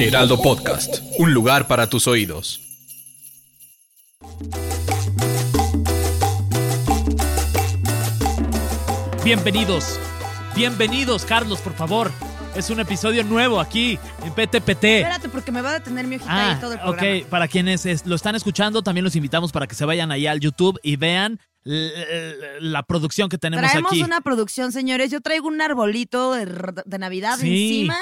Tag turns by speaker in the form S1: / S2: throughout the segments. S1: Heraldo Podcast, un lugar para tus oídos.
S2: Bienvenidos, bienvenidos, Carlos, por favor. Es un episodio nuevo aquí en PTPT.
S3: Espérate, porque me va a detener mi hojita
S2: Ah,
S3: y todo el programa.
S2: ok, para quienes es- lo están escuchando, también los invitamos para que se vayan allá al YouTube y vean l- l- la producción que tenemos
S3: Traemos
S2: aquí.
S3: una producción, señores. Yo traigo un arbolito de, r- de Navidad
S2: Sí.
S3: encima.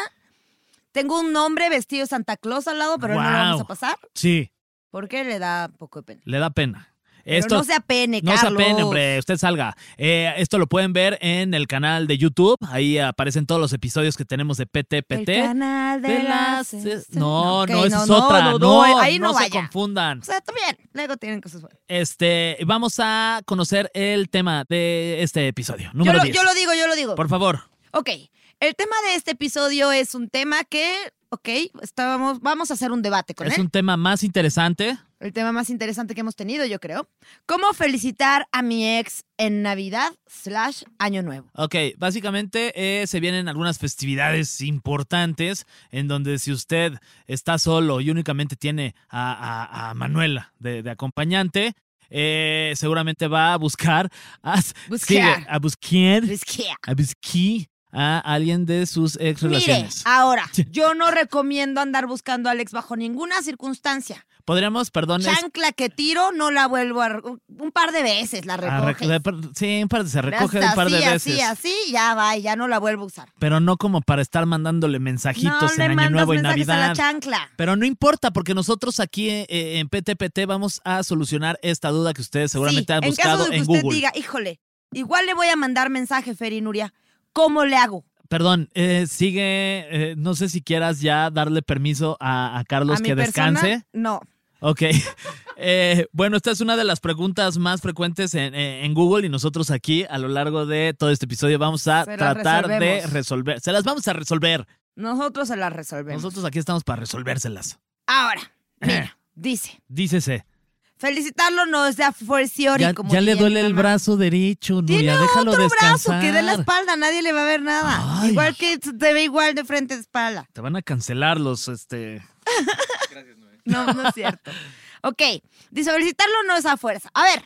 S3: Tengo un hombre vestido de Santa Claus al lado, pero no lo vamos a
S2: Guau.
S3: pasar
S2: Sí,
S3: porque le da poco de pena.
S2: le da pena.
S3: Pero
S2: Esto
S3: no se apene,
S2: No se
S3: Carlos.
S2: apene, hombre, usted salga. Eh, esto lo pueden ver en el canal de YouTube. Ahí aparecen todos los episodios que tenemos de
S3: El
S2: PTPT.
S3: canal de,
S2: De
S3: las...
S2: las- No,
S3: Ok,
S2: no, esa es otra. No,
S3: ahí no,
S2: no se
S3: vaya.
S2: confundan.
S3: O sea, tú bien. Luego tienen cosas buenas.
S2: Este, vamos a conocer el tema de este episodio,
S3: Yo
S2: número
S3: lo,
S2: 10.
S3: yo lo digo, yo lo digo.
S2: Por favor.
S3: Ok, el tema de este episodio es un tema que, ok, estábamos, vamos a hacer un debate con E?
S2: Es
S3: él.
S2: un tema más interesante.
S3: El tema más interesante que hemos tenido, yo creo. ¿Cómo felicitar a mi ex en Navidad slash Año Nuevo?
S2: Ok, básicamente eh, se vienen algunas festividades importantes en donde si usted está solo y únicamente tiene a, a- a Manuela de, de acompañante, eh, seguramente va a buscar a
S3: Busquear.
S2: sigue, a busquear,
S3: Pues, ¿qué?
S2: a busquí a alguien de sus ex
S3: Mire,
S2: relaciones.
S3: ahora, yo no recomiendo andar buscando al ex bajo ninguna circunstancia.
S2: Podríamos, perdón, es-
S3: Chancla que tiro, no la vuelvo a... re- Un par de veces la
S2: a rec-
S3: recoge.
S2: de par- sí, un par de- se recoge
S3: Hasta
S2: un par de
S3: así,
S2: veces.
S3: Así, así, ya va, y ya no la vuelvo a usar.
S2: Pero no como para estar mandándole mensajitos
S3: no
S2: en
S3: le
S2: Año
S3: mandas
S2: Nuevo y
S3: mensajes a
S2: Navidad.
S3: la chancla.
S2: Pero no importa, porque nosotros aquí eh, eh, en PTPT vamos a solucionar esta duda que ustedes seguramente
S3: Sí,
S2: han buscado
S3: en caso de que
S2: en
S3: usted
S2: Google.
S3: diga, híjole, igual le voy a mandar mensaje, Fer y Nuria, ¿cómo le hago?
S2: Perdón, eh, sigue, eh, no sé si quieras ya darle permiso a, a Carlos
S3: ¿A mi
S2: que
S3: persona?
S2: descanse.
S3: No.
S2: Ok. Eh, bueno, esta es una de las preguntas más frecuentes en, eh, en Google y nosotros aquí a lo largo de todo este episodio vamos a
S3: Se las
S2: tratar de
S3: resolvemos.
S2: resolver. Se las vamos a resolver.
S3: Nosotros se la resolvemos.
S2: Nosotros Eh. aquí estamos para resolvérselas.
S3: Ahora, mira, dice,
S2: Dícese.
S3: felicitarlo no es de a forciori,
S2: Ya,
S3: como
S2: ya le
S3: diría mi
S2: duele el
S3: mamá.
S2: brazo derecho,
S3: Tiene
S2: Nuria. Déjalo
S3: otro
S2: descansar.
S3: brazo que de la espalda, nadie le va a ver nada.
S2: Ay.
S3: Igual que te ve igual de frente de espalda.
S2: Te van a cancelar los, este...
S3: No, no es cierto. Ok, dice, felicitarlo no es a fuerza. A ver,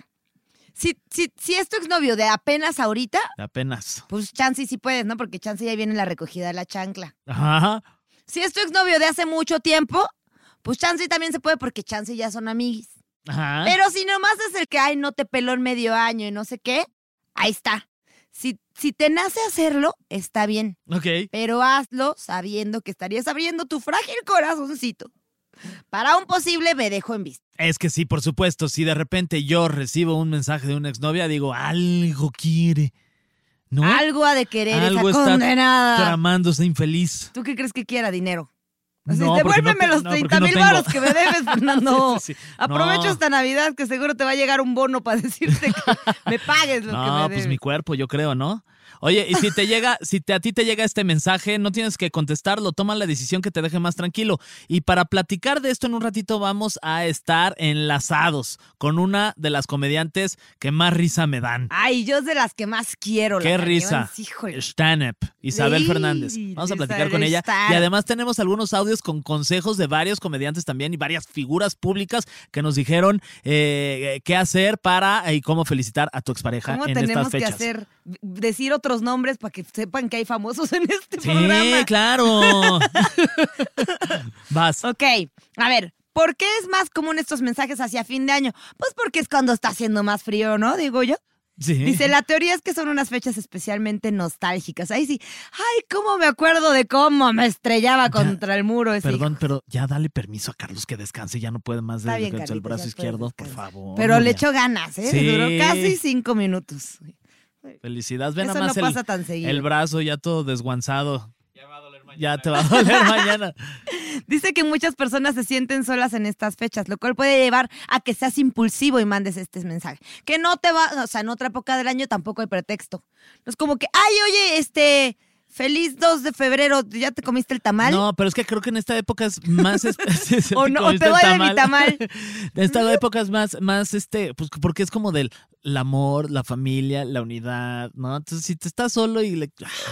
S3: si, si, si es tu exnovio de apenas ahorita,
S2: Apenas.
S3: pues chance y sí puedes, ¿no? Porque chance ya viene la recogida de la chancla.
S2: Ajá.
S3: Si es tu exnovio de hace mucho tiempo, pues Chansey también se puede porque Chansey ya son amiguis.
S2: Ajá.
S3: Pero si nomás es el que, ay, no te peló en medio año y no sé qué, ahí está. Si, si te nace hacerlo, está bien.
S2: Ok.
S3: Pero hazlo sabiendo que estarías abriendo tu frágil corazoncito. Para un posible me dejo en vista.
S2: Es que sí, por supuesto, si de repente yo recibo un mensaje de una exnovia, digo, algo quiere. ¿No?
S3: Algo ha de querer
S2: Algo
S3: esa
S2: está
S3: condenada.
S2: Tramándose infeliz.
S3: ¿Tú qué crees que quiera? Dinero. Así,
S2: No, porque no
S3: devuélveme
S2: te-
S3: los
S2: no,
S3: 30
S2: porque no
S3: mil
S2: tengo.
S3: baros que me debes, Fernando.
S2: Sí, sí, sí.
S3: Aprovecho
S2: No.
S3: esta Navidad que seguro te va a llegar un bono para decirte que me pagues lo que me
S2: No,
S3: debes.
S2: pues mi cuerpo, yo creo, ¿no? Oye, y si te llega, si te- a ti te llega este mensaje, no tienes que contestarlo, toma la decisión que te deje más tranquilo. Y para platicar de esto en un ratito vamos a estar enlazados con una de las comediantes que más risa me dan.
S3: Ay, yo es de las que más quiero. Ah, la
S2: ¡Qué
S3: Carmen
S2: risa!
S3: Evans, híjole.
S2: Stanep, Isabel
S3: Sí,
S2: Fernández. Vamos a platicar con
S3: Isabel
S2: ella.
S3: Stanep.
S2: Y además tenemos algunos audios con consejos de varios comediantes también y varias figuras públicas que nos dijeron eh, qué hacer para eh, y cómo felicitar a tu expareja
S3: ¿Cómo
S2: en
S3: tenemos
S2: estas
S3: que
S2: fechas.
S3: hacer? Decir otros nombres para que sepan que hay famosos en este
S2: Sí,
S3: programa.
S2: claro. Vas.
S3: Ok, a ver, ¿por qué es más común estos mensajes hacia fin de año? Pues porque es cuando está haciendo más frío, ¿no? Digo yo.
S2: Sí.
S3: Dice, la teoría es que son unas fechas especialmente nostálgicas. Ahí sí, ay, cómo me acuerdo de cómo me estrellaba contra el muro. ese hijo.
S2: Perdón, pero ya dale permiso a Carlos que descanse. Ya no puede más
S3: Está
S2: de
S3: bien,
S2: el brazo
S3: Carlitos, ya puedes
S2: izquierdo, por
S3: descansar.
S2: favor.
S3: Pero le
S2: Nuria.
S3: echó ganas, ¿eh?
S2: Sí.
S3: Duró casi cinco minutos.
S2: Felicidades. Ven
S3: Eso
S2: nada más
S3: no
S2: el,
S3: pasa tan seguido.
S2: el brazo ya todo desguanzado. Ya te va a doler mañana.
S3: Dice que muchas personas se sienten solas en estas fechas, lo cual puede llevar a que seas impulsivo y mandes este mensaje. Que no te va, o sea, en otra época del año tampoco hay pretexto. No es como que, ay, oye, este, feliz 2 de febrero, ¿ya te comiste el tamal?
S2: No, pero es que creo que en esta época es más. es- sí, sí,
S3: O no,
S2: comiste
S3: te
S2: el
S3: voy a dar mi tamal.
S2: en esta época es más, más este, pues porque es como del el amor, la familia, la unidad, ¿no? Entonces, si te estás solo y le.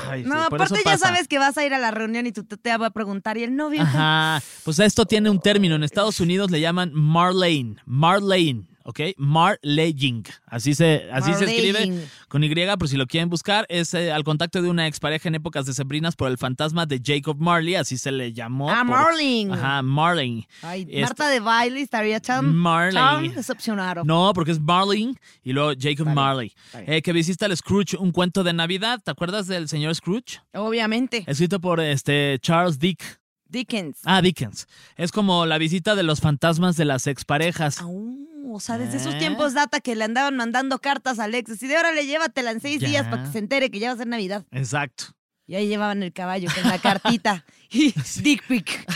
S2: ay, sí,
S3: No,
S2: por eso
S3: aparte ya
S2: pasa.
S3: sabes que vas a ir a la reunión y tú te, te va a preguntar, ¿y el novio?
S2: Ajá. Pues a esto tiene un término. En Estados Unidos le llaman Marlane. Marlane. ¿Ok? Marlaying. Así se, así se
S3: Marlaying.
S2: escribe con Y, por si lo quieren buscar. Es eh, al contacto de una expareja en épocas decembrinas por el fantasma de Jacob Marley. Así se le llamó.
S3: Ah,
S2: por-
S3: Marling.
S2: Ajá, Marlane.
S3: Ay,
S2: Este-
S3: Marta de baile estaría tan,
S2: Marley.
S3: tan decepcionado.
S2: No, porque es Marley y luego Jacob Marley.
S3: está bien.
S2: Eh, que visita al Scrooge, un cuento de Navidad. ¿Te acuerdas del señor Scrooge?
S3: Obviamente.
S2: Escrito por este Charles Dick.
S3: Dickens.
S2: Ah, Dickens. Es como la visita de los fantasmas de las exparejas.
S3: Ah, Au, o sea, desde esos
S2: ¿Eh?
S3: tiempos data que le andaban mandando cartas a Alexis y de órale, llévatela en seis
S2: Ya.
S3: días para que se entere que ya va a ser Navidad.
S2: Exacto.
S3: Y ahí llevaban el caballo con la cartita y dick pic.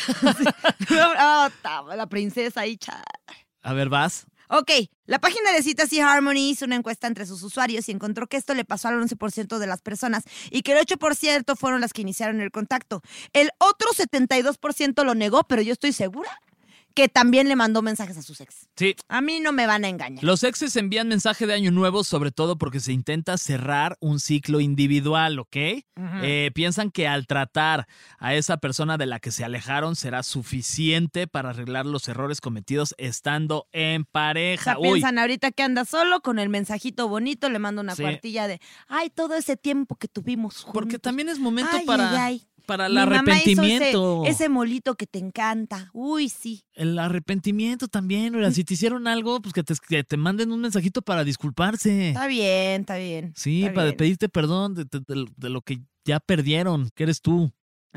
S3: Ah, ta- la princesa ahí, cha.
S2: A ver, vas.
S3: Ok, la página de citas y Harmony hizo una encuesta entre sus usuarios y encontró que esto le pasó al 11% de las personas y que el 8% fueron las que iniciaron el contacto. El otro 72% lo negó, pero yo estoy segura que también le mandó mensajes a sus ex.
S2: Sí.
S3: A mí no me van a engañar.
S2: Los exes envían mensaje de año nuevo, sobre todo porque se intenta cerrar un ciclo individual, ¿ok? Eh, piensan que al tratar a esa persona de la que se alejaron será suficiente para arreglar los errores cometidos estando en
S3: O sea,
S2: pareja. Uy,
S3: piensan ahorita que anda solo con el mensajito bonito, le mando una
S2: Sí.
S3: cuartilla de, ay, todo ese tiempo que tuvimos juntos.
S2: porque también es momento
S3: Ay,
S2: para,
S3: ay, ay.
S2: para el
S3: Mi mamá hizo
S2: arrepentimiento.
S3: ese, ese molito que te encanta. Uy, sí.
S2: El arrepentimiento también, Ura. Si te hicieron algo, pues que te, que te manden un mensajito para disculparse.
S3: Está bien, está bien.
S2: Sí,
S3: está
S2: para
S3: bien.
S2: pedirte perdón de, de- de- de lo que ya perdieron, que eres tú.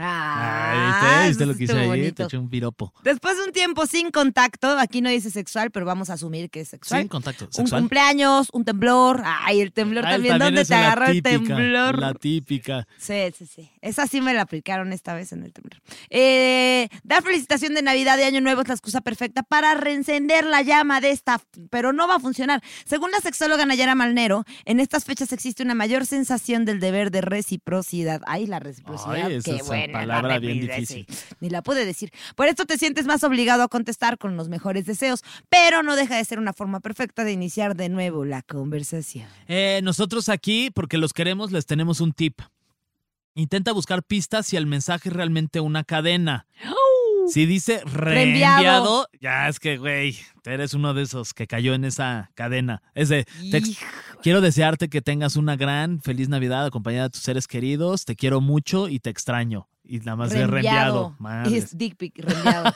S3: Ah,
S2: ¿viste? ¿Viste
S3: eso
S2: lo que hice
S3: estuvo
S2: ahí? Te
S3: bonito.
S2: eché un piropo.
S3: Después de un tiempo sin contacto, aquí no dice sexual, pero vamos a asumir que es sexual.
S2: Sin contacto
S3: un
S2: sexual.
S3: cumpleaños, un temblor. Ay, el temblor
S2: Ah,
S3: también. ¿Dónde
S2: es
S3: te
S2: la
S3: agarró el
S2: típica,
S3: temblor?
S2: La típica.
S3: Sí, sí, sí. Esa sí me la aplicaron esta vez en el temblor. Eh, dar felicitación de Navidad y Año Nuevo es la excusa perfecta para reencender la llama de esta, pero no va a funcionar. Según la sexóloga Nayara Malnero, en estas fechas existe una mayor sensación del deber de reciprocidad. Ay, la reciprocidad.
S2: Ay, esa
S3: qué
S2: es una
S3: buena,
S2: palabra
S3: la
S2: bien
S3: repite,
S2: difícil.
S3: sí. Ni la pude decir. Por esto te sientes más obligado a contestar con los mejores deseos, pero no deja de ser una forma perfecta de iniciar de nuevo la conversación.
S2: Eh, nosotros aquí, porque los queremos, les tenemos un tip. Intenta buscar pistas si el mensaje es realmente una cadena. Si dice
S3: Reenviado.
S2: reenviado, ya es que, güey, eres uno de esos que cayó en esa cadena. Es de, te ex- quiero desearte que tengas una gran, feliz Navidad acompañada de tus seres queridos, te quiero mucho y te extraño. Y nada más de reenviado. Madres.
S3: Es dick pic, reenviado.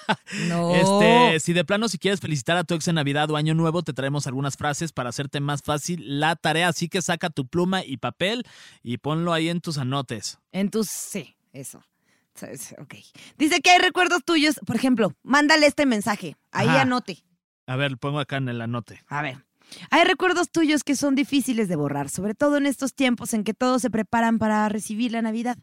S3: no. Oh.
S2: Este, si de plano si quieres felicitar a tu ex en Navidad o Año Nuevo, te traemos algunas frases para hacerte más fácil la tarea. Así que saca tu pluma y papel y ponlo ahí en tus anotes.
S3: En tus, sí, eso. ¿Sabes? Ok. Dice que hay recuerdos tuyos. Por ejemplo, mándale este mensaje. Ahí
S2: Ajá.
S3: anote.
S2: A ver, pongo acá en el anote.
S3: A ver. Hay recuerdos tuyos que son difíciles de borrar, sobre todo en estos tiempos en que todos se preparan para recibir la Navidad.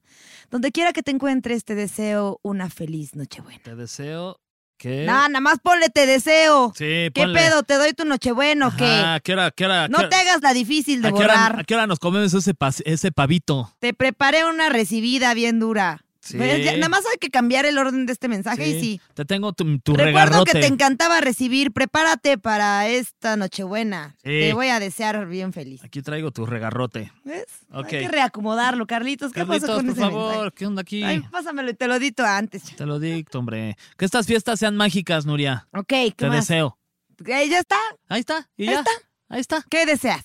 S3: Donde quiera que te encuentres, te deseo una feliz Nochebuena.
S2: Te deseo que.
S3: Nah, nada más ponle te deseo.
S2: Sí,
S3: ¿Qué
S2: ponle.
S3: pedo? ¿Te doy tu Nochebuena o qué?
S2: Ajá, ¿qué hora, qué hora, qué
S3: No
S2: hora-
S3: te hagas la difícil de
S2: ¿a qué hora-
S3: borrar.
S2: a qué hora nos comemos ese, pas- ese pavito?
S3: Te preparé una recibida bien dura.
S2: Sí.
S3: Pues ya- nada más hay que cambiar el orden de este mensaje y sí.
S2: Te tengo tu, tu
S3: Recuerdo que
S2: regarrote.
S3: te encantaba recibir. Prepárate para esta Nochebuena.
S2: Sí.
S3: Te voy a desear bien feliz.
S2: Aquí traigo tu regarrote.
S3: ¿Ves?
S2: Ok.
S3: Hay que reacomodarlo, Carlitos. ¿Qué pasó
S2: Carlitos,
S3: con
S2: por
S3: ese
S2: favor,
S3: mensaje?
S2: ¿qué onda aquí?
S3: Ay, pásamelo y te lo dito antes.
S2: Te lo dicto, hombre. Que estas fiestas sean mágicas, Nuria.
S3: Ok, ¿qué
S2: Te
S3: más?
S2: deseo.
S3: Ahí ya está.
S2: Ahí está, y
S3: Ahí
S2: ya.
S3: está.
S2: Ahí está.
S3: ¿Qué deseas?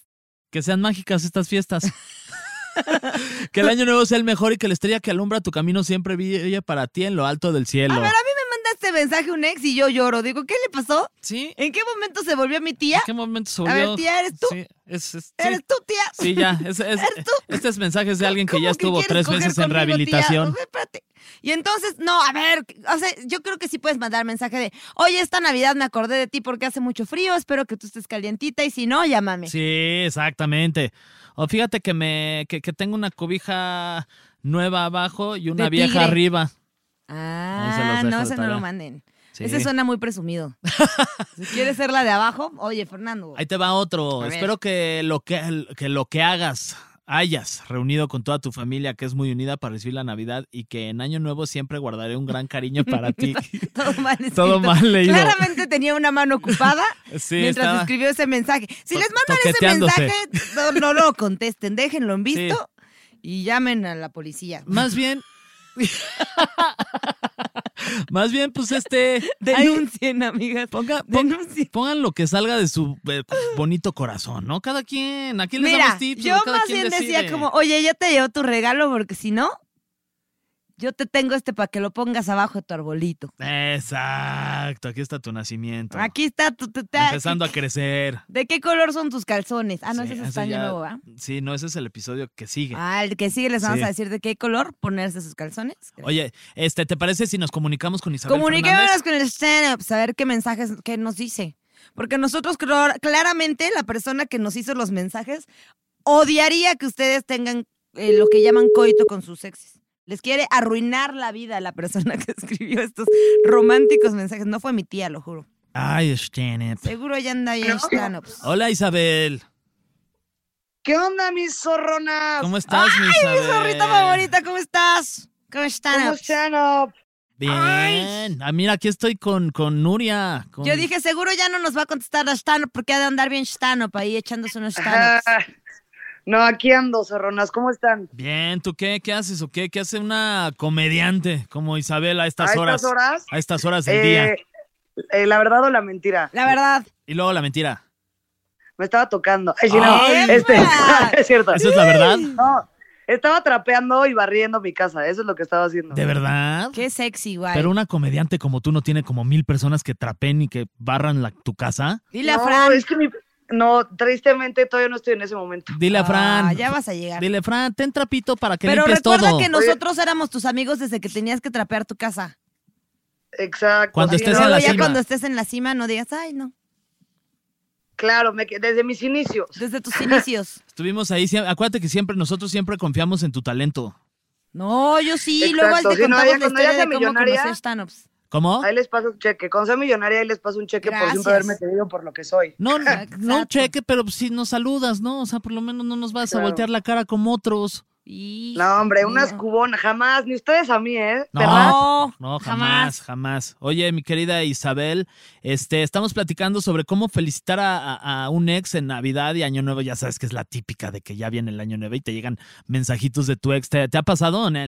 S2: Que sean mágicas estas fiestas. que el año nuevo sea el mejor y que la estrella que alumbra tu camino siempre brille para ti en lo alto del cielo.
S3: A ver, a mí me manda este mensaje un ex y yo lloro. Digo, ¿qué le pasó?
S2: ¿Sí?
S3: ¿En qué momento se volvió mi
S2: ¿En
S3: tía?
S2: qué momento se
S3: A ver,
S2: volvió?
S3: tía, ¿eres tú?
S2: Sí, es- es- sí.
S3: ¿Eres tú, tía?
S2: Sí, ya. es- es-
S3: ¿Eres tú?
S2: Este es mensaje de alguien que
S3: ¿Cómo
S2: ya estuvo
S3: quieres
S2: tres
S3: coger
S2: veces en
S3: conmigo, tía?
S2: rehabilitación.
S3: Oye, espérate. Y entonces, no, a ver, o sea, yo creo que sí puedes mandar mensaje de, oye, esta Navidad me acordé de ti porque hace mucho frío, espero que tú estés calientita y si no, llámame.
S2: Sí, exactamente. O fíjate que me que, que tengo una cobija nueva abajo y una
S3: De
S2: vieja
S3: tigre.
S2: arriba. Ahí se los
S3: Ah,
S2: dejo
S3: no,
S2: de
S3: ese no
S2: tarea.
S3: lo manden.
S2: Sí.
S3: Ese suena muy presumido. si quieres ser la de abajo, oye, Fernando.
S2: Ahí te va otro.
S3: A ver.
S2: Espero que lo que, que lo que hagas hayas reunido con toda tu familia que es muy unida para recibir la Navidad y que en Año Nuevo siempre guardaré un gran cariño para ti.
S3: Todo mal escrito.
S2: Todo mal leído.
S3: Claramente tenía una mano ocupada
S2: Sí,
S3: mientras
S2: estaba
S3: escribió ese mensaje. Si
S2: to-
S3: les mandan ese mensaje,
S2: toqueteándose.
S3: no, no lo contesten, déjenlo en visto y llamen a la policía.
S2: Más bien Más bien pues este ay,
S3: Denuncien, amigas.
S2: Ponga, pon-
S3: Denuncien.
S2: pongan lo que salga de su eh, bonito corazón, ¿no? Cada quien, aquí les
S3: Mira,
S2: damos tips.
S3: yo
S2: ¿no? pues, Cada
S3: más
S2: quien
S3: bien
S2: decide.
S3: decía como, oye, ya te llevo tu regalo porque si no, yo te tengo este para que lo pongas abajo de tu arbolito.
S2: Exacto, aquí está tu nacimiento.
S3: Aquí está tu... tu- ta-
S2: Empezando a crecer.
S3: ¿De qué color son tus calzones? Ah, no,
S2: Sí,
S3: ese es
S2: ese
S3: año
S2: ya-
S3: nuevo, ¿va?
S2: Sí, no, ese es el episodio que sigue.
S3: Ah, el que sigue les vamos
S2: Sí.
S3: a decir de qué color ponerse sus calzones.
S2: Oye, este, ¿te parece si nos comunicamos con Isabel
S3: Comuniquémonos
S2: Fernández?
S3: con el stand-up, saber qué mensajes qué nos dice. Porque nosotros, clor- claramente, la persona que nos hizo los mensajes odiaría que ustedes tengan eh, lo que llaman coito con sus exes. Les quiere arruinar la vida a la persona que escribió estos románticos mensajes. No fue mi tía, lo juro.
S2: Ay, Stanep.
S3: Seguro ya anda ahí en stand-ups.
S2: Hola, Isabel.
S4: ¿Qué onda, mis zorronas?
S2: ¿Cómo estás, mi Isabel?
S3: Mi zorrita favorita, ¿cómo estás? ¿Cómo
S4: ¿Cómo
S3: están?
S4: están? up?
S2: Bien. Ah, mira, aquí estoy con, con Nuria. con-
S3: Yo dije, seguro ya no nos va a contestar la stand-up porque ha de andar bien stand-up ahí echándose unos stand-ups.
S4: Ah, No, aquí ando, zorronas. ¿Cómo están?
S2: Bien, ¿tú qué? ¿Qué haces o qué? ¿Qué hace una comediante como Isabel a estas
S4: ¿A
S2: horas?
S4: estas horas?
S2: A estas horas del día.
S4: Eh, eh, la verdad o la mentira.
S3: La verdad.
S2: Y luego la mentira.
S4: Me estaba tocando. Ay, sí, no,
S3: ¡Ay!
S4: este, es cierto.
S2: ¿Esa es la verdad?
S4: No, estaba trapeando y barriendo mi casa. Eso es lo que estaba haciendo.
S2: ¿De verdad?
S3: Qué sexy, güey.
S2: Pero una comediante como tú no tiene como mil personas que trapen y que barran la, tu casa.
S3: Dile a
S4: No,
S3: Fran.
S4: es que mi- No, tristemente todavía no estoy en ese momento.
S2: Dile a
S3: Ah,
S2: Fran.
S3: ya vas a llegar.
S2: Dile, Fran, ten trapito para que
S3: Pero
S2: limpies
S3: recuerda
S2: todo.
S3: que nosotros éramos tus amigos desde que tenías que trapear tu casa.
S4: Exacto.
S2: Cuando
S4: sí,
S2: estés
S4: no,
S2: en la
S3: Luego ya
S2: cima.
S3: cuando estés en la cima no digas, ay, no.
S4: Claro, me que- desde mis inicios.
S3: Desde tus inicios.
S2: Estuvimos ahí, sie- acuérdate que siempre nosotros siempre confiamos en tu talento.
S3: No, yo sí.
S4: Exacto,
S3: Luego ahí te
S4: sí, no,
S3: contamos
S4: ya
S3: la
S4: cuando
S3: historia
S4: ya sea
S3: de cómo
S4: millonaria-
S3: conocí a Stanops.
S2: ¿Cómo?
S4: Ahí les paso un cheque. Con ser millonaria, ahí les paso un cheque por
S3: Gracias.
S4: siempre haberme tenido por lo que soy.
S2: No, no, no,
S3: Exacto.
S2: cheque, pero si nos saludas, ¿no? O sea, por lo menos no nos vas
S4: Claro.
S2: a voltear la cara como otros.
S3: Y-
S4: No, hombre,
S3: Dios
S4: unas
S3: mío.
S4: cubonas, jamás, ni ustedes a mí, ¿eh?
S2: No.
S4: ¿Verdad?
S3: No,
S2: No, jamás,
S3: jamás.
S2: jamás. Oye, mi querida Isabel, este, estamos platicando sobre cómo felicitar a, a- a un ex en Navidad y Año Nuevo. Ya sabes que es la típica de que ya viene el Año Nuevo y te llegan mensajitos de tu ex. ¿Te, te ha pasado, Nel?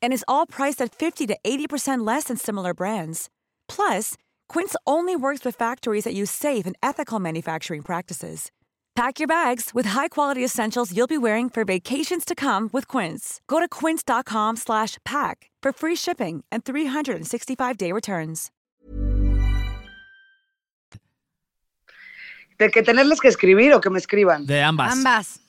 S5: And is all priced at 50 to 80% less than similar brands. Plus, Quince only works with factories that use safe and ethical manufacturing practices. Pack your bags with high-quality essentials you'll be wearing for vacations to come with Quince. Go to quince.com slash pack for free shipping and 365-day returns.
S4: De que tenerles que escribir o que me escriban.
S2: De ambas.
S3: ambas.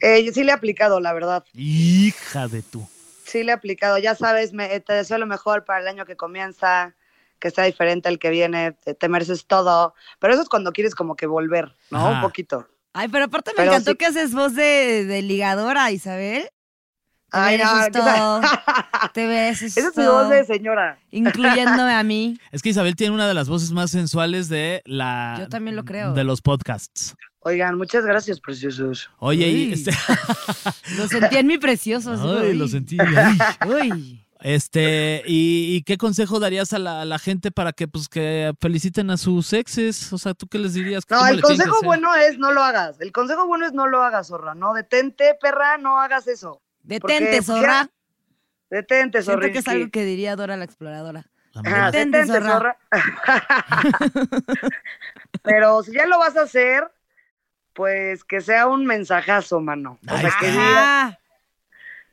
S4: Eh, yo sí le he aplicado, la verdad.
S2: Hija de tú.
S4: Sí le he aplicado. Ya sabes, me- eh, te deseo lo mejor para el año que comienza, que sea diferente al que viene, te, te mereces todo. Pero eso es cuando quieres como que volver, ¿no?
S2: Ajá.
S4: Un poquito.
S3: Ay, pero aparte me
S4: Pero
S3: encantó
S4: sí.
S3: que haces voz de, de ligadora, Isabel. Te
S4: Ay, no,
S3: mereces
S4: ¿qué tal?
S3: todo. Te mereces
S4: Esa es mi
S3: todo.
S4: voz de señora.
S3: Incluyéndome a mí.
S2: Es que Isabel tiene una de las voces más sensuales de la.
S3: Yo también lo creo.
S2: De los podcasts.
S4: Oigan, muchas gracias, preciosos.
S2: Oye, y
S3: Uy.
S2: este-
S3: Lo sentí en mi precioso. sí,
S2: Ay,
S3: uy.
S2: lo sentí. Ay.
S3: Uy.
S2: Este, y, y qué consejo darías a la, a la gente para que pues que feliciten a sus exes? O sea, ¿tú qué les dirías?
S4: No,
S2: ¿Cómo
S4: el
S2: le eh? tienen que
S4: consejo
S2: hacer?
S4: bueno es no lo hagas. El consejo bueno es no lo hagas, zorra. No, detente, perra, no hagas eso.
S3: Detente,
S4: Porque- pues,
S3: zorra.
S4: Detente, zorra.
S3: Siento que es algo que diría Dora la exploradora.
S2: La
S4: Ajá,
S2: madre.
S3: Detente,
S4: detente,
S3: zorra.
S4: zorra. Pero si ya lo vas a hacer, pues que sea un mensajazo, mano. O
S2: Ahí
S4: sea, que
S2: está.
S4: diga,
S3: Ajá.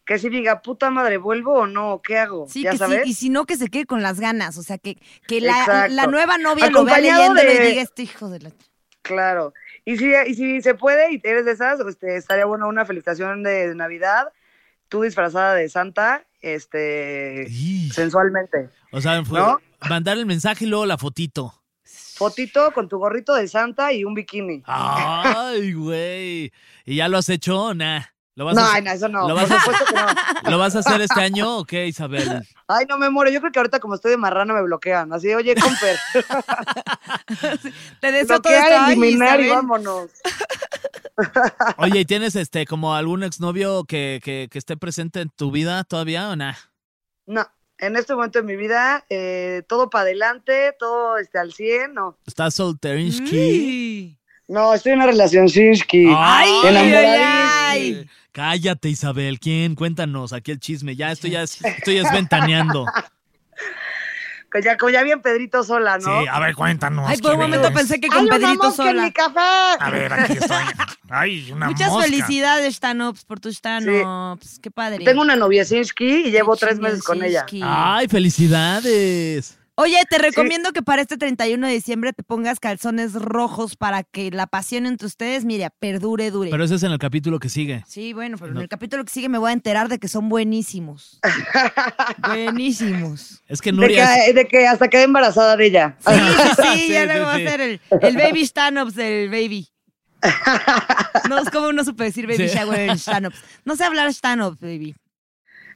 S4: que si diga, puta madre, ¿vuelvo o no? ¿Qué hago?
S3: Sí,
S4: ¿Ya
S3: que sí,
S4: sabes?
S3: y si no, que se quede con las ganas. O sea, que, que la,
S4: Exacto.
S3: la nueva novia lo vea
S4: Acompañado
S3: leyéndolo y
S4: de-
S3: diga, este hijo de la...
S4: Claro. Y si, y si se puede y eres de esas, este, estaría bueno una felicitación de Navidad, tú disfrazada de Santa, este,
S2: Y-
S4: sensualmente.
S2: O sea, fue-
S4: ¿No?
S2: mandar el mensaje y luego la fotito.
S4: Fotito con tu gorrito de Santa y un bikini.
S2: Ay, güey. ¿Y ya lo has hecho o nah? ¿Lo vas,
S4: No,
S2: a hacer,
S4: ay, no, eso no.
S2: ¿Lo
S4: Por
S2: vas a-
S4: supuesto que no.
S2: ¿Lo vas a hacer este año o qué, Isabel?
S4: Ay, no me muero. Yo creo que ahorita como estoy de marrano me bloquean. Así, oye, comper,
S3: Te deseo todo esto.
S4: bloquear,
S3: ay,
S4: eliminar y
S3: Isabel.
S4: vámonos.
S2: Oye, ¿y tienes este como algún exnovio que, que, que esté presente en tu vida todavía o nah?
S4: No, en este momento de mi vida, eh, todo para adelante, todo este, al 100, no.
S2: ¿Estás solterinsky?
S4: Mm.
S3: Sí.
S4: No, estoy en una relación Shinsky.
S2: Ay,
S3: ay, ay.
S2: Cállate, Isabel. ¿Quién? Cuéntanos aquí el chisme. Ya, esto ya es, esto ya es ventaneando.
S4: Que ya, como ya bien Pedrito sola, ¿no?
S2: Sí, ah. a ver, cuéntanos.
S3: Ay, por un
S2: ¿qué
S3: momento
S2: ves?
S3: pensé que
S4: ¡Hay
S3: con
S4: una
S3: Pedrito
S4: mosca en
S3: sola.
S4: mi café!
S2: A ver, aquí estoy. Ay, una
S3: Muchas
S2: mosca.
S3: felicidades, Tanops, por tus Tanops. Qué padre.
S4: Tengo una noviecinski y llevo tres meses con ella.
S3: Chingonzinski.
S2: Ay, felicidades.
S3: Oye, te recomiendo que para este 31 de diciembre te pongas calzones rojos para que la pasión entre ustedes, mira, perdure, dure.
S2: Pero ese es en el capítulo que sigue.
S3: Sí, bueno, pero en el capítulo que sigue me voy a enterar de que son buenísimos. buenísimos.
S2: Es que
S4: De
S2: Nuria. es-
S4: que, de que hasta quedé embarazada de ella.
S3: Sí, sí, sí,
S2: Sí,
S3: ya
S2: sí,
S3: luego va
S2: sí.
S3: a ser el, el baby stand-ups del baby. No, es como uno supe decir baby
S2: Sí.
S3: shower en stand-ups. No sé hablar stand-up, baby.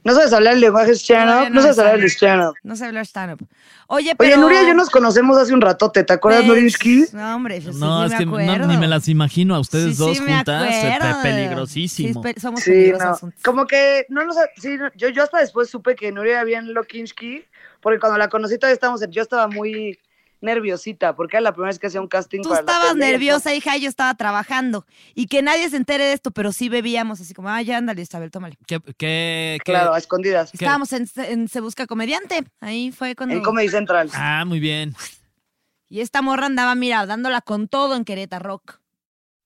S4: No sabes hablar el lenguaje
S3: Todavía
S4: stand-up,
S3: no
S4: no, sabes
S3: me
S4: hablar el
S3: sale.
S4: stand-up.
S3: No sé hablar stand-up. Oye, pero...
S4: Oye, Nuria y yo nos conocemos hace un ratote, ¿te acuerdas,
S3: Pues,
S4: Nurinsky?
S3: No, hombre, yo sí,
S2: No,
S3: sí
S2: es
S3: me
S2: que no-
S3: acuerdo.
S2: ni me las imagino a
S3: Sí,
S2: ustedes
S3: sí,
S2: dos
S3: me
S2: juntas. Está
S3: acuerdo.
S2: peligrosísimo.
S3: Sí, es pe- somos
S4: Sí, no.
S3: peligrosas. juntas.
S4: Como que no nos. Sí, no, yo, yo hasta después supe que Nuria era bien Lokinsky, porque cuando la conocí todavía estábamos en- Yo estaba muy nerviosita, porque era la primera vez que hacía un casting.
S3: Tú
S4: para la
S3: estabas
S4: tele, ¿no?
S3: nerviosa, hija, y yo estaba trabajando. Y que nadie se entere de esto, pero sí bebíamos, así como, ay, ya ándale, Isabel, tómale.
S2: ¿Qué, qué, qué-
S4: Claro, a escondidas.
S2: ¿Qué?
S3: Estábamos en, en Se Busca Comediante. Ahí fue cuando.
S4: En Comedy Central.
S2: Ah, muy bien.
S3: Y esta morra andaba, mira, dándola con todo en Querétaro Rock.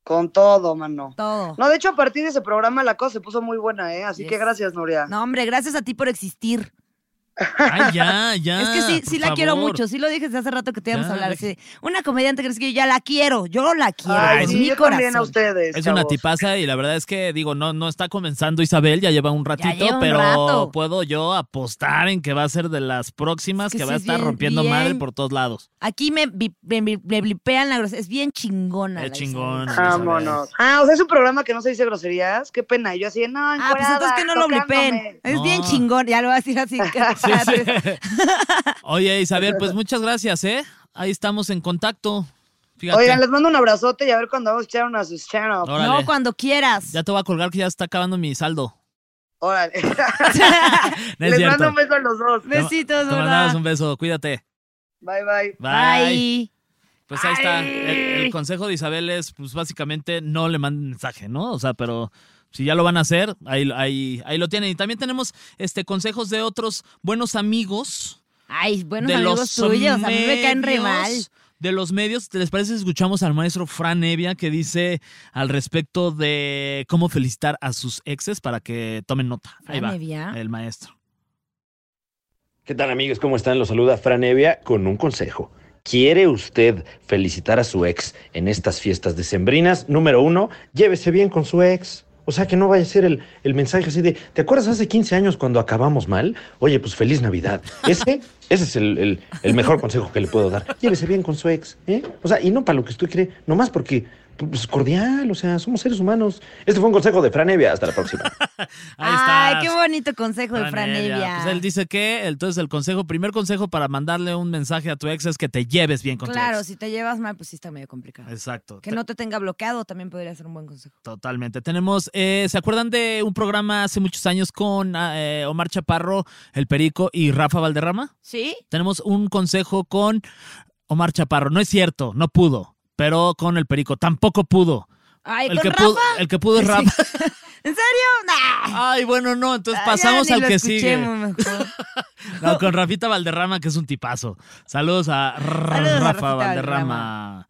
S4: Con todo, mano.
S3: Todo.
S4: No, de hecho, a partir de ese programa la cosa se puso muy buena, ¿eh? Así
S3: Yes.
S4: que gracias, Nuria.
S3: No, hombre, gracias a ti por existir.
S2: Ay, ya, ya.
S3: es que sí,
S2: Ah, por
S3: sí la quiero
S2: favor.
S3: mucho. Sí lo dije desde hace rato que te íbamos a
S2: Ya,
S3: hablar.
S2: deja-
S3: así de, una comediante que es que yo ya la quiero. Yo la quiero.
S4: Ay,
S3: con
S4: sí,
S3: mi
S4: yo
S3: corazón.
S4: también a ustedes.
S2: Es una
S4: chavos.
S2: tipaza y la verdad es que, digo, no, no está comenzando Isabel, ya lleva un ratito,
S3: lleva un
S2: pero
S3: rato.
S2: puedo yo apostar en que va a ser de las próximas
S3: Es que
S2: que, va
S3: sí
S2: a
S3: es
S2: estar
S3: bien-
S2: rompiendo madre
S3: bien.
S2: por todos lados.
S3: Aquí me, bi- me, bi- me blipean la grosería. Es bien chingona.
S2: Es
S3: la Isabel.
S2: chingona.
S4: Vámonos. Ah, o sea, es un programa que no se dice groserías. Qué pena. Y yo así, no,
S3: Ah, pues entonces
S4: encuerada,
S3: que no lo
S4: tocándome.
S3: blipen. Es bien
S2: No.
S3: chingón. Ya lo voy a decir así.
S2: Sí, sí. Oye, Isabel, pues muchas gracias, ¿eh? Ahí estamos en contacto. Fíjate.
S4: Oigan, les mando un abrazote y a ver cuando vamos a echar una sus channels.
S2: Órale.
S3: No, cuando quieras.
S2: Ya te voy a colgar que ya está acabando mi saldo.
S4: Órale.
S2: No es
S4: les
S2: cierto.
S4: mando un beso a los dos.
S3: Besitos,
S2: Te
S3: ¿verdad?
S2: mandamos un beso, cuídate.
S4: Bye, bye.
S2: Bye.
S3: Bye.
S2: Pues ahí está. El, el consejo de Isabel es, pues básicamente, no le manden mensaje, ¿no? O sea, pero si ya lo van a hacer, ahí, ahí, ahí lo tienen. Y también tenemos este consejos de otros buenos amigos.
S3: Ay, buenos
S2: de
S3: amigos
S2: los
S3: tuyos. A mí me caen re
S2: medios-
S3: mal.
S2: De los medios, ¿les parece si escuchamos al maestro Fran Evia que dice al respecto de cómo felicitar a sus exes para que tomen nota? Ahí
S3: Fran
S2: va,
S3: Evia.
S2: el maestro.
S6: ¿Qué tal amigos? ¿Cómo están? Los saluda Fran Evia con un consejo. ¿Quiere usted felicitar a su ex en estas fiestas decembrinas? Número uno, llévese bien con su ex. O sea, que no vaya a ser el, el mensaje así de, ¿te acuerdas hace 15 años cuando acabamos mal? Oye, pues feliz Navidad. Ese, ese es el, el- el mejor consejo que le puedo dar. Llévese bien con su ex, ¿eh? O sea, y no para lo que usted cree, nomás porque, pues, cordial, o sea, somos seres humanos. Este fue un consejo de Franevia. Hasta la próxima.
S2: Ahí está.
S3: Ay, qué bonito consejo de Fran
S2: Franevia.
S3: Evia.
S2: Pues él dice que, entonces el consejo, primer consejo para mandarle un mensaje a tu ex es que te lleves bien con tu
S3: Claro,
S2: ex.
S3: si te llevas mal, pues sí está medio complicado.
S2: Exacto.
S3: Que no te tenga bloqueado también podría ser un buen consejo.
S2: Totalmente. Tenemos, eh, ¿se acuerdan de un programa hace muchos años con ah, eh, Omar Chaparro, El Perico y Rafa Valderrama?
S3: ¿Sí?
S2: Tenemos un consejo con Omar Chaparro. No es cierto, no pudo, pero con El Perico tampoco pudo.
S3: Ay,
S2: El
S3: ¿con
S2: que,
S3: Rafa?
S2: pudo, el que pudo es Rafa.
S3: ¿En serio? Nah.
S2: Ay, bueno, no, entonces
S3: Ah, ya
S2: pasamos
S3: ni
S2: al
S3: lo
S2: que sigue.
S3: escuchemos mejor.
S2: No, con Rafita Valderrama, que es un tipazo. Saludos a
S3: a
S2: Rafa
S3: Rafita
S2: Valderrama.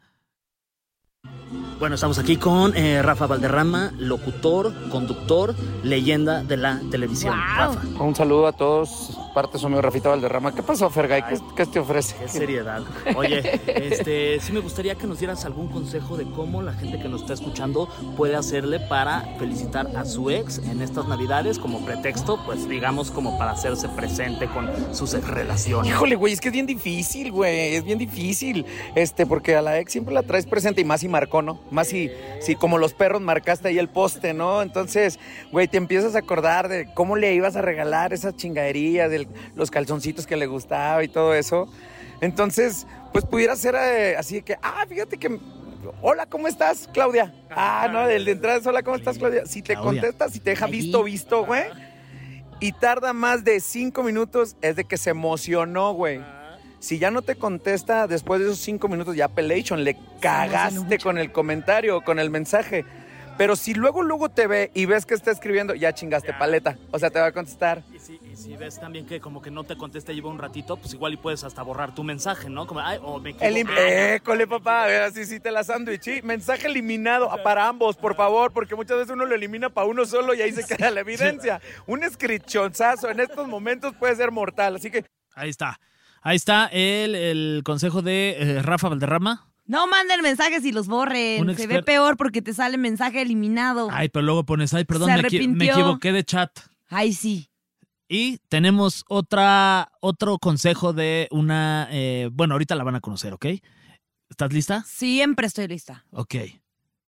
S7: Bueno, estamos aquí con eh, Rafa Valderrama, locutor, conductor, leyenda de la televisión. Rafa,
S8: Un saludo a todos, parte su amigo Rafita Valderrama. ¿Qué pasó, Fergay? ¿Qué, qué te ofrece?
S7: qué seriedad. Oye, este, sí me gustaría que nos dieras algún consejo de cómo la gente que nos está escuchando puede hacerle para felicitar a su ex en estas Navidades como pretexto, pues digamos como para hacerse presente con sus ex relaciones.
S8: Híjole, güey, es que es bien difícil, güey, es bien difícil. Este, porque a la ex siempre la traes presente y más si marcó, ¿no? Más si, si como los perros marcaste ahí el poste, ¿no? Entonces, güey, te empiezas a acordar de cómo le ibas a regalar esas chingaderías, del- los calzoncitos que le gustaba y todo eso. Entonces, pues pudiera ser eh, así de que, ah, fíjate que, hola, ¿cómo estás, Claudia? Ah, no, el de entrada es, hola, ¿cómo estás, Claudia? Si te
S7: Claudia.
S8: contesta, si te deja visto, visto, güey. Y tarda más de cinco minutos, es de que se emocionó, güey. Si ya no te contesta después de esos cinco minutos, ya Pelation, le cagaste con el comentario, con el mensaje. Pero si luego, luego te ve y ves que está escribiendo, ya chingaste paleta. O sea, te va a contestar.
S7: Y si, y si ves también que como que no te contesta lleva un ratito, pues igual y puedes hasta borrar tu mensaje, ¿no? Como, ay, o me
S8: El im-
S7: equivoqué.
S8: École, papá, así sí te la sándwich. sí. Mensaje eliminado ah, para ambos, por favor, porque muchas veces uno lo elimina para uno solo y ahí se queda la evidencia. Un escrichonzazo en estos momentos puede ser mortal, así que
S2: Ahí está. Ahí está el, el consejo de eh, Rafa Valderrama.
S3: No manden mensajes y los borren.
S2: Un
S3: Se ve
S2: exper-
S3: peor porque te sale mensaje eliminado.
S2: Ay, pero luego pones, ay, perdón,
S3: Se
S2: me, equi- me
S3: arrepintió.
S2: equivoqué de chat.
S3: Ay, sí.
S2: Y tenemos otra, otro consejo de una. eh, bueno, ahorita la van a conocer, ¿ok? ¿Estás lista?
S3: Siempre estoy lista.
S2: Ok.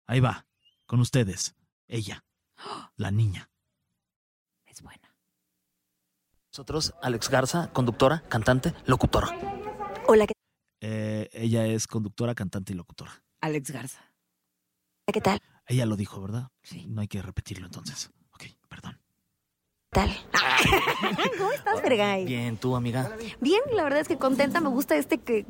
S2: Ahí va. Con ustedes. Ella. La niña.
S3: Es buena.
S7: Nosotros, Alex Garza, conductora, cantante, locutora.
S5: Hola, ¿qué,
S2: Eh, ella es conductora, cantante y locutora.
S3: Alex Garza.
S5: qué tal?
S2: Ella lo dijo, ¿verdad? Sí. No hay que repetirlo entonces. Ok, perdón.
S5: ¿Cómo estás, Fergay?
S7: Bien, tú, amiga.
S5: Bien, la verdad es que contenta, me gusta este que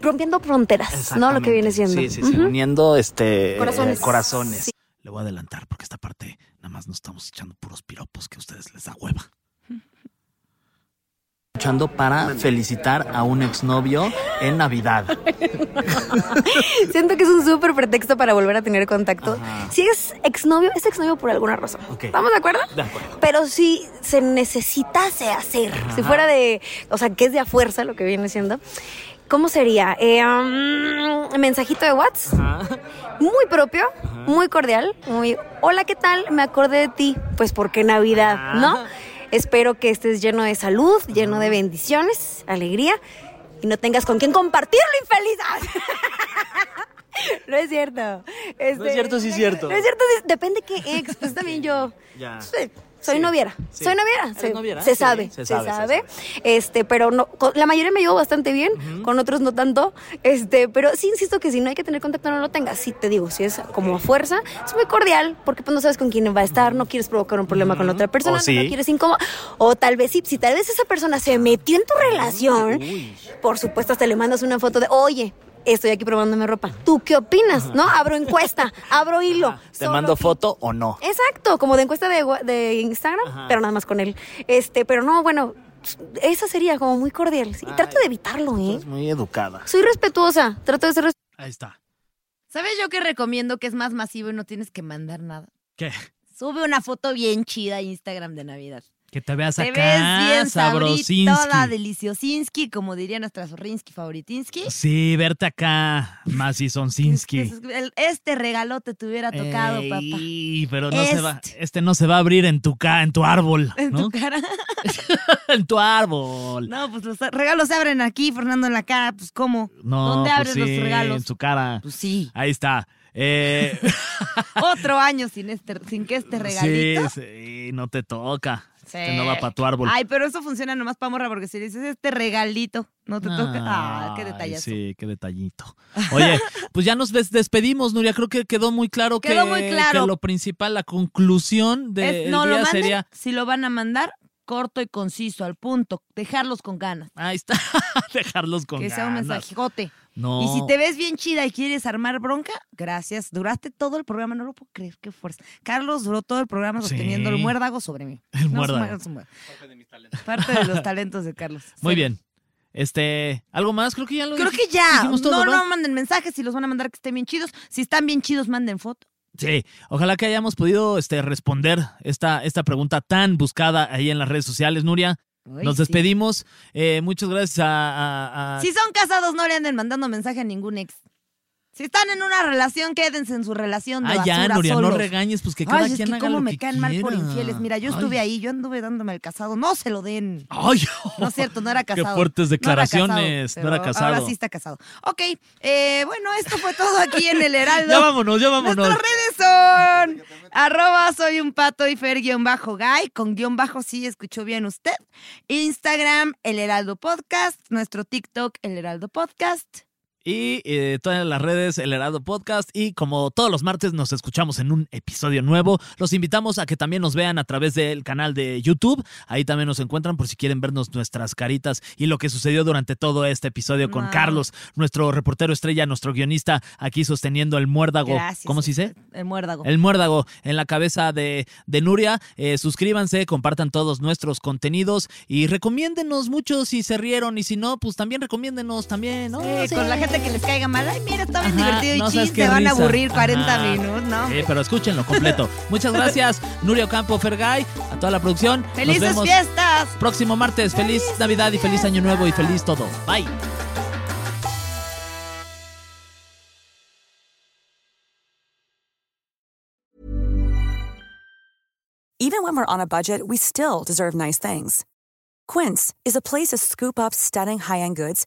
S5: rompiendo fronteras, Pues, ¿no? Lo que viene siendo.
S7: Sí, sí, sí.
S5: Ujú.
S7: Uniendo este.
S5: Corazones.
S7: eh, corazones.
S5: Sí.
S2: Le voy a adelantar porque esta parte nada más nos estamos echando puros piropos que a ustedes les da hueva.
S7: Escuchando para felicitar a un exnovio en Navidad.
S5: Siento que es un súper pretexto para volver a tener contacto.
S7: Ajá.
S5: Si es exnovio, es exnovio por alguna razón.
S7: Ok.
S5: ¿Estamos de acuerdo?
S7: De acuerdo.
S5: Pero si se necesitase hacer, si fuera de, o sea, que es de a fuerza lo que viene siendo, ¿cómo sería? Eh, um, mensajito de WhatsApp, muy propio, muy cordial, muy, hola, ¿qué tal? Me acordé de ti, pues porque Navidad,
S7: Ah.
S5: ¿no? Espero que estés lleno de salud, lleno de bendiciones, alegría, y no tengas con quién compartirlo, infeliz. No es cierto. Este,
S7: cierto, sí es cierto.
S5: No es cierto, sí- depende qué ex. Pues también yo.
S7: Ya.
S5: Sí, eh, Soy
S7: Sí,
S5: noviera.
S7: sí.
S5: Soy noviera.
S7: Eres
S5: Se,
S7: noviera,
S5: se
S7: sí,
S5: sabe,
S7: se
S5: se,
S7: sabe,
S5: sabe,
S7: se
S5: Este, pero no, con- la mayoría me llevo bastante bien, con otros no tanto. Este, pero sí insisto que si no hay que tener contacto, no lo tengas. Sí, te digo, si es como a fuerza, es muy cordial, porque pues no sabes con quién va a estar, no quieres provocar un problema con la otra persona,
S7: O sí.
S5: no quieres incómodo. O tal vez sí, si tal vez esa persona se metió en tu relación, por supuesto, hasta le mandas una foto de, oye, estoy aquí probándome ropa. ¿Tú qué opinas? ¿No? Abro encuesta, abro hilo.
S7: Ah, ¿Te
S5: Solo
S7: mando
S5: opin-
S7: foto o no?
S3: Eh.
S5: Exacto, como de encuesta de, wa- de Instagram, pero nada más con él. Este, pero no, bueno, eso sería como muy cordial. sí. Y trato de evitarlo, ¿eh?
S7: Es muy educada.
S5: Soy respetuosa, trato de ser respetuosa.
S2: Ahí está.
S3: ¿Sabes yo que recomiendo que es más masivo y no tienes que mandar nada?
S2: ¿Qué?
S3: Sube una foto bien chida a Instagram de Navidad.
S2: Que te veas
S3: Te
S2: acá,
S3: ves bien
S2: sabrosinski.
S3: sabrita, toda deliciosinski, como diría nuestra Zorrinsky favoritinski.
S2: Sí, verte acá, Masisonsinski.
S3: El- Este regalo te tuviera tocado, papá.
S2: Ey, pero no se va, este no se va a abrir en tu ca, en tu árbol,
S3: En
S2: ¿no?
S3: tu cara.
S2: en tu árbol.
S3: No, pues los regalos se abren aquí, Fernando, en la cara. Pues, ¿cómo?
S2: No,
S3: ¿Dónde
S2: pues
S3: abres los
S2: sí, En
S3: regalos?
S2: su cara.
S3: Pues sí.
S2: Ahí está. Eh,
S3: Otro año sin, este, sin que este regalito.
S2: sí, sí, no te toca.
S3: Sí.
S2: Este no va para tu árbol.
S3: Ay, pero eso funciona nomás para morra, porque si le dices este regalito, no te toca. Ah, qué
S2: Ay,
S3: detallazo.
S2: Sí, qué detallito. Oye, pues ya nos des- despedimos, Nuria. Creo que quedó muy claro,
S3: Quedó
S2: que,
S3: muy claro.
S2: que lo principal, la conclusión del
S3: Es- no lo
S2: día
S3: manden,
S2: sería.
S3: si lo van a mandar, corto y conciso, al punto, dejarlos con ganas.
S2: Ahí está. Dejarlos con
S3: que sea un
S2: ganas.
S3: mensajote.
S2: No.
S3: Y si te ves bien chida y quieres armar bronca, gracias. Duraste todo el programa, no lo puedo creer, qué fuerza. Carlos duró todo el programa
S2: Sí.
S3: sosteniendo el muérdago sobre mí.
S2: El
S3: No,
S2: muérdago.
S3: su muérdago. Parte de los talentos de Carlos.
S2: Muy bien. Este, ¿algo más? Creo que ya lo
S3: Creo que
S2: dijimos-
S3: ya.
S2: dijimos todo,
S3: no,
S2: ¿verdad?
S3: no manden mensajes si los van a mandar que estén bien chidos. Si están bien chidos, manden foto.
S2: Sí, ojalá que hayamos podido este, responder esta, esta pregunta tan buscada ahí en las redes sociales, Nuria.
S3: Ay,
S2: Nos
S3: sí.
S2: despedimos. Eh, muchas gracias a... a- a-
S3: Si son casados, no le anden mandando mensaje a ningún ex. Si están en una relación, quédense en su relación de
S2: Ah, ya,
S3: basura
S2: Nuria, no
S3: solos.
S2: regañes, pues que
S3: Ay,
S2: cada
S3: es
S2: quien
S3: que
S2: haga
S3: cómo
S2: lo
S3: me
S2: que
S3: caen mal por
S2: quiera.
S3: infieles. Mira, yo
S2: Ay.
S3: estuve ahí, yo anduve dándome el casado. No se lo den.
S2: Ay,
S3: No es cierto, no era casado.
S2: fuertes
S3: No era casado,
S2: declaraciones, no era
S3: pero Ahora
S2: casado.
S3: sí está casado. Ok, eh, bueno, esto fue todo aquí en el Heraldo.
S2: Ya vámonos, ya vámonos.
S3: Nuestras redes son arroba soy un pato y fer guión bajo guy, con guión bajo sí escuchó bien usted. Instagram, el Heraldo Podcast, nuestro TikTok, el Heraldo Podcast.
S2: Y eh, todas las redes, el Heraldo Podcast. Y como todos los martes nos escuchamos en un episodio nuevo, los invitamos a que también nos vean a través del canal de YouTube. Ahí también nos encuentran por si quieren vernos nuestras caritas y lo que sucedió durante todo este episodio con
S3: No.
S2: Carlos, nuestro reportero estrella, nuestro guionista, aquí sosteniendo el muérdago.
S3: Gracias.
S2: ¿Cómo se dice?
S3: El muérdago.
S2: El muérdago en la cabeza de, de Nuria. Eh, suscríbanse, compartan todos nuestros contenidos y recomiéndenos mucho si se rieron y si no, pues también recomiéndenos también, ¿no?
S3: Eh,
S2: Sí.
S3: con la gente que les caiga mal. Ay, mira, está bien
S2: Ajá,
S3: divertido y
S2: no
S3: chin,
S2: sabes qué
S3: se van a
S2: risa.
S3: aburrir 40
S2: Ajá. Eh,
S3: minutos, ¿no?
S2: Sí, pero escúchenlo completo. Muchas gracias, Nuria Ocampo, Fergay, a toda la producción. Nos
S3: ¡Felices
S2: vemos
S3: fiestas!
S2: Próximo martes, feliz Navidad y feliz Año Nuevo y feliz todo. Bye.
S5: Even when we're on a budget, we still deserve nice things. Quince is a place to scoop up stunning high-end goods